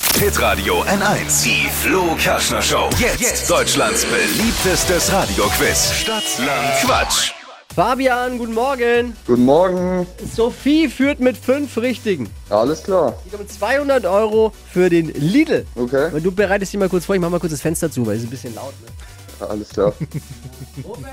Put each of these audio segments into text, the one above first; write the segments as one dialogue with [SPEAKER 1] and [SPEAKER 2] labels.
[SPEAKER 1] Hitradio N1. Die Flo Kaschner Show. Jetzt, Deutschlands beliebtestes Radioquiz. Stadt, Land, Quatsch.
[SPEAKER 2] Fabian, guten Morgen.
[SPEAKER 3] Guten Morgen.
[SPEAKER 2] Sophie führt mit fünf Richtigen.
[SPEAKER 3] Alles klar.
[SPEAKER 2] Es geht um 200 Euro für den Lidl.
[SPEAKER 3] Okay.
[SPEAKER 2] Und du bereitest dich mal kurz vor, ich mach mal kurz das Fenster zu, weil es ist ein bisschen laut. Ne?
[SPEAKER 3] Alles klar.
[SPEAKER 2] Moment,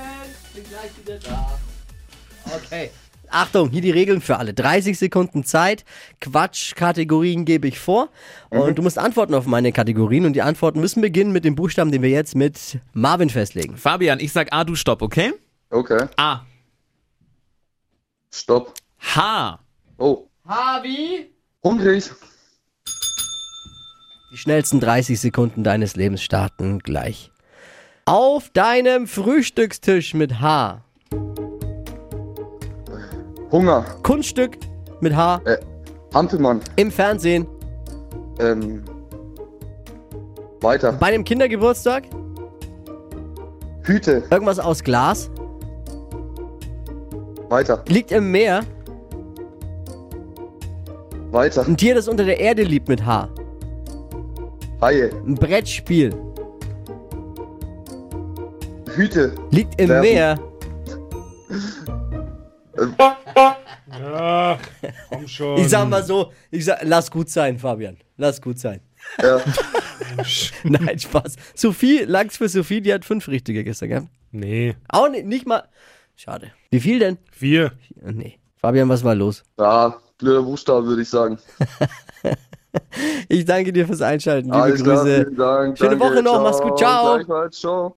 [SPEAKER 2] bin gleich wieder da. Okay. Achtung, hier die Regeln für alle. 30 Sekunden Zeit. Quatschkategorien gebe ich vor. Und du musst antworten auf meine Kategorien. Und die Antworten müssen beginnen mit dem Buchstaben, den wir jetzt mit Marvin festlegen.
[SPEAKER 4] Fabian, ich sag A, du stopp, okay?
[SPEAKER 3] Okay.
[SPEAKER 2] Ah.
[SPEAKER 4] A.
[SPEAKER 3] Stopp.
[SPEAKER 4] H.
[SPEAKER 3] Oh.
[SPEAKER 2] Harvey!
[SPEAKER 3] Hungrig.
[SPEAKER 2] Die schnellsten 30 Sekunden deines Lebens starten gleich. Auf deinem Frühstückstisch mit H.
[SPEAKER 3] Hunger.
[SPEAKER 2] Kunststück mit H.
[SPEAKER 3] Äh, Hampelmann.
[SPEAKER 2] Im Fernsehen.
[SPEAKER 3] Ähm. Weiter.
[SPEAKER 2] Bei einem Kindergeburtstag.
[SPEAKER 3] Hüte.
[SPEAKER 2] Irgendwas aus Glas.
[SPEAKER 3] Weiter.
[SPEAKER 2] Liegt im Meer.
[SPEAKER 3] Weiter.
[SPEAKER 2] Ein Tier, das unter der Erde liebt mit H.
[SPEAKER 3] Haie.
[SPEAKER 2] Ein Brettspiel.
[SPEAKER 3] Hüte.
[SPEAKER 2] Liegt im
[SPEAKER 3] Werfen.
[SPEAKER 2] Meer.
[SPEAKER 5] Ja, komm schon.
[SPEAKER 2] Ich sag mal so, ich sag, lass gut sein, Fabian. Lass gut sein.
[SPEAKER 3] Ja.
[SPEAKER 2] Nein, Spaß. Sophie, langs für Sophie, die hat fünf richtige gestern gehabt.
[SPEAKER 5] Nee,
[SPEAKER 2] Auch nicht, nicht mal. Schade. Wie viel denn?
[SPEAKER 5] vier.
[SPEAKER 2] Oh, nee. Fabian, was war los?
[SPEAKER 3] ja. Blöder Buchstabe, würde ich sagen.
[SPEAKER 2] Ich danke dir fürs Einschalten. Liebe Grüße.
[SPEAKER 3] Alles klar. Vielen Dank.
[SPEAKER 2] Schöne
[SPEAKER 3] Danke.
[SPEAKER 2] Woche noch. Mach's gut. Ciao.
[SPEAKER 3] Gleichfalls. Ciao.